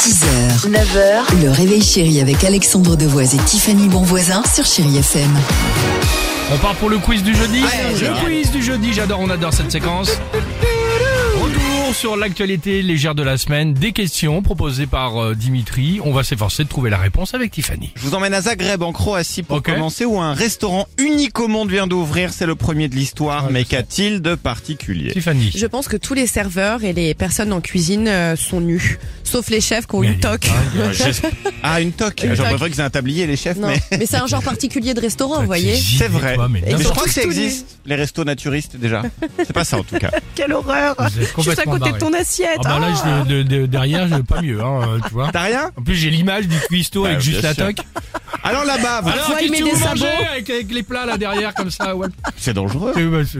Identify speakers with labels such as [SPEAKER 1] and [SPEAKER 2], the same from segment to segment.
[SPEAKER 1] 6h, 9h, le réveil chéri avec Alexandre Devoise et Tiffany Bonvoisin sur Chéri FM.
[SPEAKER 2] On part pour le quiz du jeudi. le
[SPEAKER 1] génial.
[SPEAKER 2] quiz du jeudi, j'adore, on adore cette séquence. Retour sur l'actualité légère de la semaine, des questions proposées par euh, Dimitri. On va s'efforcer de trouver la réponse avec Tiffany.
[SPEAKER 3] Je vous emmène à Zagreb en Croatie pour
[SPEAKER 2] Ok.
[SPEAKER 3] commencer où un restaurant unique au monde vient d'ouvrir. C'est le premier de l'histoire, mais qu'a-t-il de particulier
[SPEAKER 2] Tiffany.
[SPEAKER 4] Je pense que tous les serveurs et les personnes en cuisine euh, sont nus, sauf les chefs qui ont
[SPEAKER 2] Mais
[SPEAKER 4] une toque.
[SPEAKER 2] elle est dingue,
[SPEAKER 3] Ah, une toque.
[SPEAKER 4] Une
[SPEAKER 3] J'aurais
[SPEAKER 4] toque.
[SPEAKER 3] préféré que c'est un tablier, les chefs,
[SPEAKER 4] Non,
[SPEAKER 3] mais
[SPEAKER 4] mais c'est un genre particulier de restaurant, vous voyez.
[SPEAKER 2] J'y
[SPEAKER 3] c'est
[SPEAKER 2] vais,
[SPEAKER 3] vrai.
[SPEAKER 2] toi, mais
[SPEAKER 3] mais je
[SPEAKER 2] n'importe
[SPEAKER 3] crois que ça
[SPEAKER 4] tous nus.
[SPEAKER 3] existe. Les restos naturistes déjà. C'est pas ça en tout cas.
[SPEAKER 4] Quelle horreur
[SPEAKER 2] quoi. Vous êtes
[SPEAKER 4] Je suis à
[SPEAKER 2] complètement
[SPEAKER 4] côté
[SPEAKER 2] barrés.
[SPEAKER 4] de ton assiette. hein.
[SPEAKER 2] Ah bah là, je- de- de- derrière, je- pas mieux, hein, euh, tu vois.
[SPEAKER 3] T'as rien
[SPEAKER 2] En plus, j'ai l'image du cuistot
[SPEAKER 3] Bah,
[SPEAKER 2] avec juste
[SPEAKER 3] bien
[SPEAKER 2] la
[SPEAKER 3] sûr.
[SPEAKER 2] toque.
[SPEAKER 3] Alors là-bas, vous-
[SPEAKER 2] Alors,
[SPEAKER 4] Parfois, il
[SPEAKER 2] qu'est-ce
[SPEAKER 4] met
[SPEAKER 2] que vous
[SPEAKER 4] des
[SPEAKER 2] mangez
[SPEAKER 4] sabots.
[SPEAKER 2] avec, avec les plats là derrière comme ça ouais.
[SPEAKER 3] c'est dangereux.
[SPEAKER 2] C'est- bah, c'est-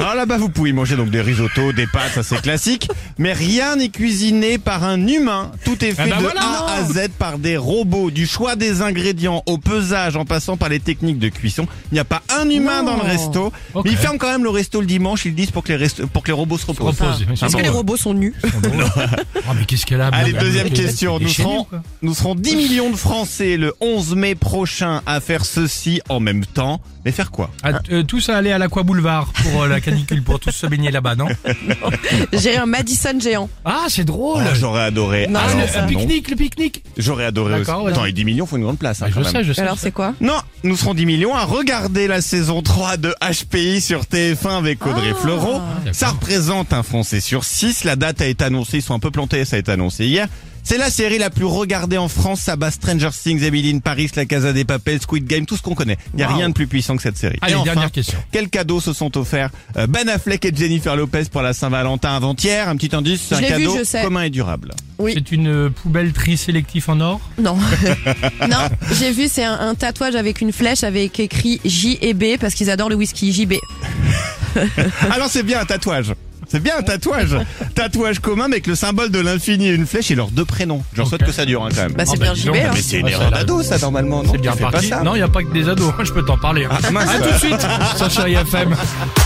[SPEAKER 3] Alors Ah, là-bas, vous pouvez manger donc des risottos, des pâtes, ça c'est classique. Mais rien n'est cuisiné par un humain. Tout est fait
[SPEAKER 2] ben
[SPEAKER 3] de
[SPEAKER 2] voilà,
[SPEAKER 3] A à Z par des robots. Du choix des ingrédients au pesage, en passant par les techniques de cuisson, il n'y a pas un humain
[SPEAKER 4] Non.
[SPEAKER 3] dans le resto.
[SPEAKER 2] Ok.
[SPEAKER 3] Mais ils ferment quand même le resto le dimanche. Ils le disent pour que les restos- pour que les robots se reposent.
[SPEAKER 2] Reposent. Est-ce
[SPEAKER 3] Ah
[SPEAKER 4] Est-ce
[SPEAKER 3] bon.
[SPEAKER 4] que les robots sont nus
[SPEAKER 2] Oh, mais qu'est-ce qu'elle a
[SPEAKER 3] Allez,
[SPEAKER 2] merde,
[SPEAKER 3] deuxième
[SPEAKER 2] elle est-
[SPEAKER 3] question.
[SPEAKER 2] elle est
[SPEAKER 3] Nous
[SPEAKER 2] chez nous,
[SPEAKER 3] serons,
[SPEAKER 2] quoi.
[SPEAKER 3] nous serons 10 millions de Français le 11 mai prochain à faire ceci en même temps. Mais faire quoi
[SPEAKER 2] Ah, t- euh, tous à aller à l'Aqua Boulevard pour euh, la canicule, pour tous se baigner là-bas, non
[SPEAKER 4] J'ai un Madison géant.
[SPEAKER 2] Ah, c'est
[SPEAKER 3] Oh,
[SPEAKER 2] drôle
[SPEAKER 3] J'aurais adoré.
[SPEAKER 4] Non,
[SPEAKER 2] Ah,
[SPEAKER 3] Alors,
[SPEAKER 2] le,
[SPEAKER 3] ça,
[SPEAKER 2] le
[SPEAKER 3] non.
[SPEAKER 2] pique-nique, le pique-nique
[SPEAKER 3] J'aurais adoré aussi.
[SPEAKER 2] D'accord, ouais.
[SPEAKER 3] Attends, et 10 millions, faut une grande place. hein,
[SPEAKER 2] Ah, Je
[SPEAKER 3] quand même.
[SPEAKER 2] sais, je sais.
[SPEAKER 4] Alors
[SPEAKER 2] je
[SPEAKER 4] c'est quoi
[SPEAKER 3] Non, nous serons 10 millions à regarder la saison 3 de HPI sur TF1 avec Audrey
[SPEAKER 4] Ah.
[SPEAKER 3] Fleurot.
[SPEAKER 2] d'accord.
[SPEAKER 3] Ça représente un Français sur 6. La date a été annoncée, ils sont un peu plantés, ça a été annoncé hier. C'est la série la plus regardée en France. Ça bat Stranger Things, Emily in Paris, La Casa des Papels, Squid Game, tout ce qu'on connaît. Il n'y a
[SPEAKER 2] Wow.
[SPEAKER 3] rien de plus puissant que cette série.
[SPEAKER 4] Ah,
[SPEAKER 2] Allez,
[SPEAKER 3] Et enfin,
[SPEAKER 2] dernière question.
[SPEAKER 3] quels cadeaux se sont offerts euh, Ben Affleck et Jennifer Lopez pour la Saint-Valentin avant-hier Un petit indice, c'est
[SPEAKER 4] Je
[SPEAKER 3] un
[SPEAKER 4] l'ai vu,
[SPEAKER 3] cadeau
[SPEAKER 4] je sais.
[SPEAKER 3] commun et durable.
[SPEAKER 4] Oui.
[SPEAKER 2] C'est une euh, poubelle tri sélectif en or
[SPEAKER 4] Non, non. J'ai vu c'est un, un tatouage avec une flèche avec écrit J et B parce qu'ils adorent le whisky JB.
[SPEAKER 3] Ah non, c'est bien un tatouage. C'est bien un tatouage. Tatouage commun mais avec le symbole de l'infini et une flèche et leurs deux prénoms. J'en
[SPEAKER 2] Ok.
[SPEAKER 3] souhaite que ça dure hein, quand même.
[SPEAKER 4] Bah c'est
[SPEAKER 2] Ah,
[SPEAKER 4] bien
[SPEAKER 2] dis
[SPEAKER 4] JB.
[SPEAKER 2] donc,
[SPEAKER 4] hein.
[SPEAKER 3] mais c'est une
[SPEAKER 2] Ah,
[SPEAKER 3] erreur
[SPEAKER 2] ça, là,
[SPEAKER 3] d'ado ça normalement. Non,
[SPEAKER 2] C'est bien
[SPEAKER 3] tu fais
[SPEAKER 2] parti.
[SPEAKER 3] Pas ça.
[SPEAKER 2] Non, il n'y a pas que des ados, je peux t'en parler. hein.
[SPEAKER 3] Ah, mince.
[SPEAKER 2] à tout de suite sur Chéri FM.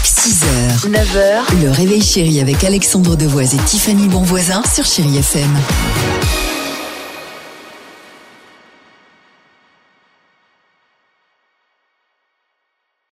[SPEAKER 1] 6h, 9h, le réveil chéri avec Alexandre Devoise et Tiffany Bonvoisin sur Chéri FM.